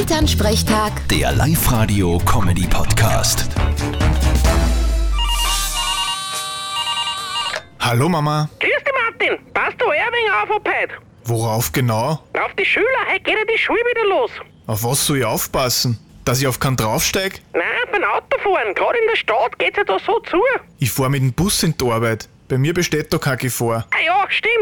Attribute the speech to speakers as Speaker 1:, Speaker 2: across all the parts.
Speaker 1: Elternsprechtag,
Speaker 2: Der Live-Radio-Comedy-Podcast.
Speaker 3: Hallo Mama,
Speaker 4: Grüß dich, Martin. Passt du ein wenig auf ab heute?
Speaker 3: worauf genau?
Speaker 4: Auf die Schüler, heute geht ja die Schule wieder los.
Speaker 3: Auf was soll ich aufpassen? Dass ich auf keinen draufsteig?
Speaker 4: Nein, beim Autofahren, gerade in der Stadt geht's ja da so zu.
Speaker 3: Ich fahr mit dem Bus in die Arbeit. Bei mir besteht da keine Gefahr.
Speaker 4: Ah ja, stimmt.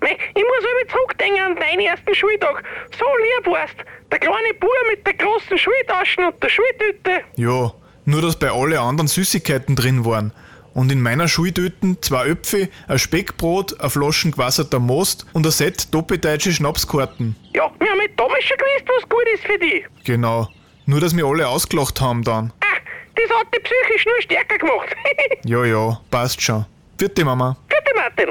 Speaker 4: Mei, ich muss über zurückdenken an deinen ersten Schultag. So lieb warst. Der kleine Bub mit der großen Schultaschen und der Schultüte.
Speaker 3: Ja, nur dass bei alle anderen Süßigkeiten drin waren. Und in meiner Schultüten zwei Öpfe, ein Speckbrot, eine Flaschen gewasserter Most und ein Set doppeldeutsche Schnapskarten.
Speaker 4: Ja, wir haben mit damals schon gewusst, was gut ist für dich.
Speaker 3: Genau. Nur dass mir alle ausgelacht haben dann.
Speaker 4: Ah, das hat dich psychisch nur stärker gemacht.
Speaker 3: Ja, ja, passt schon. Vierte Mama.
Speaker 4: Gute Martin.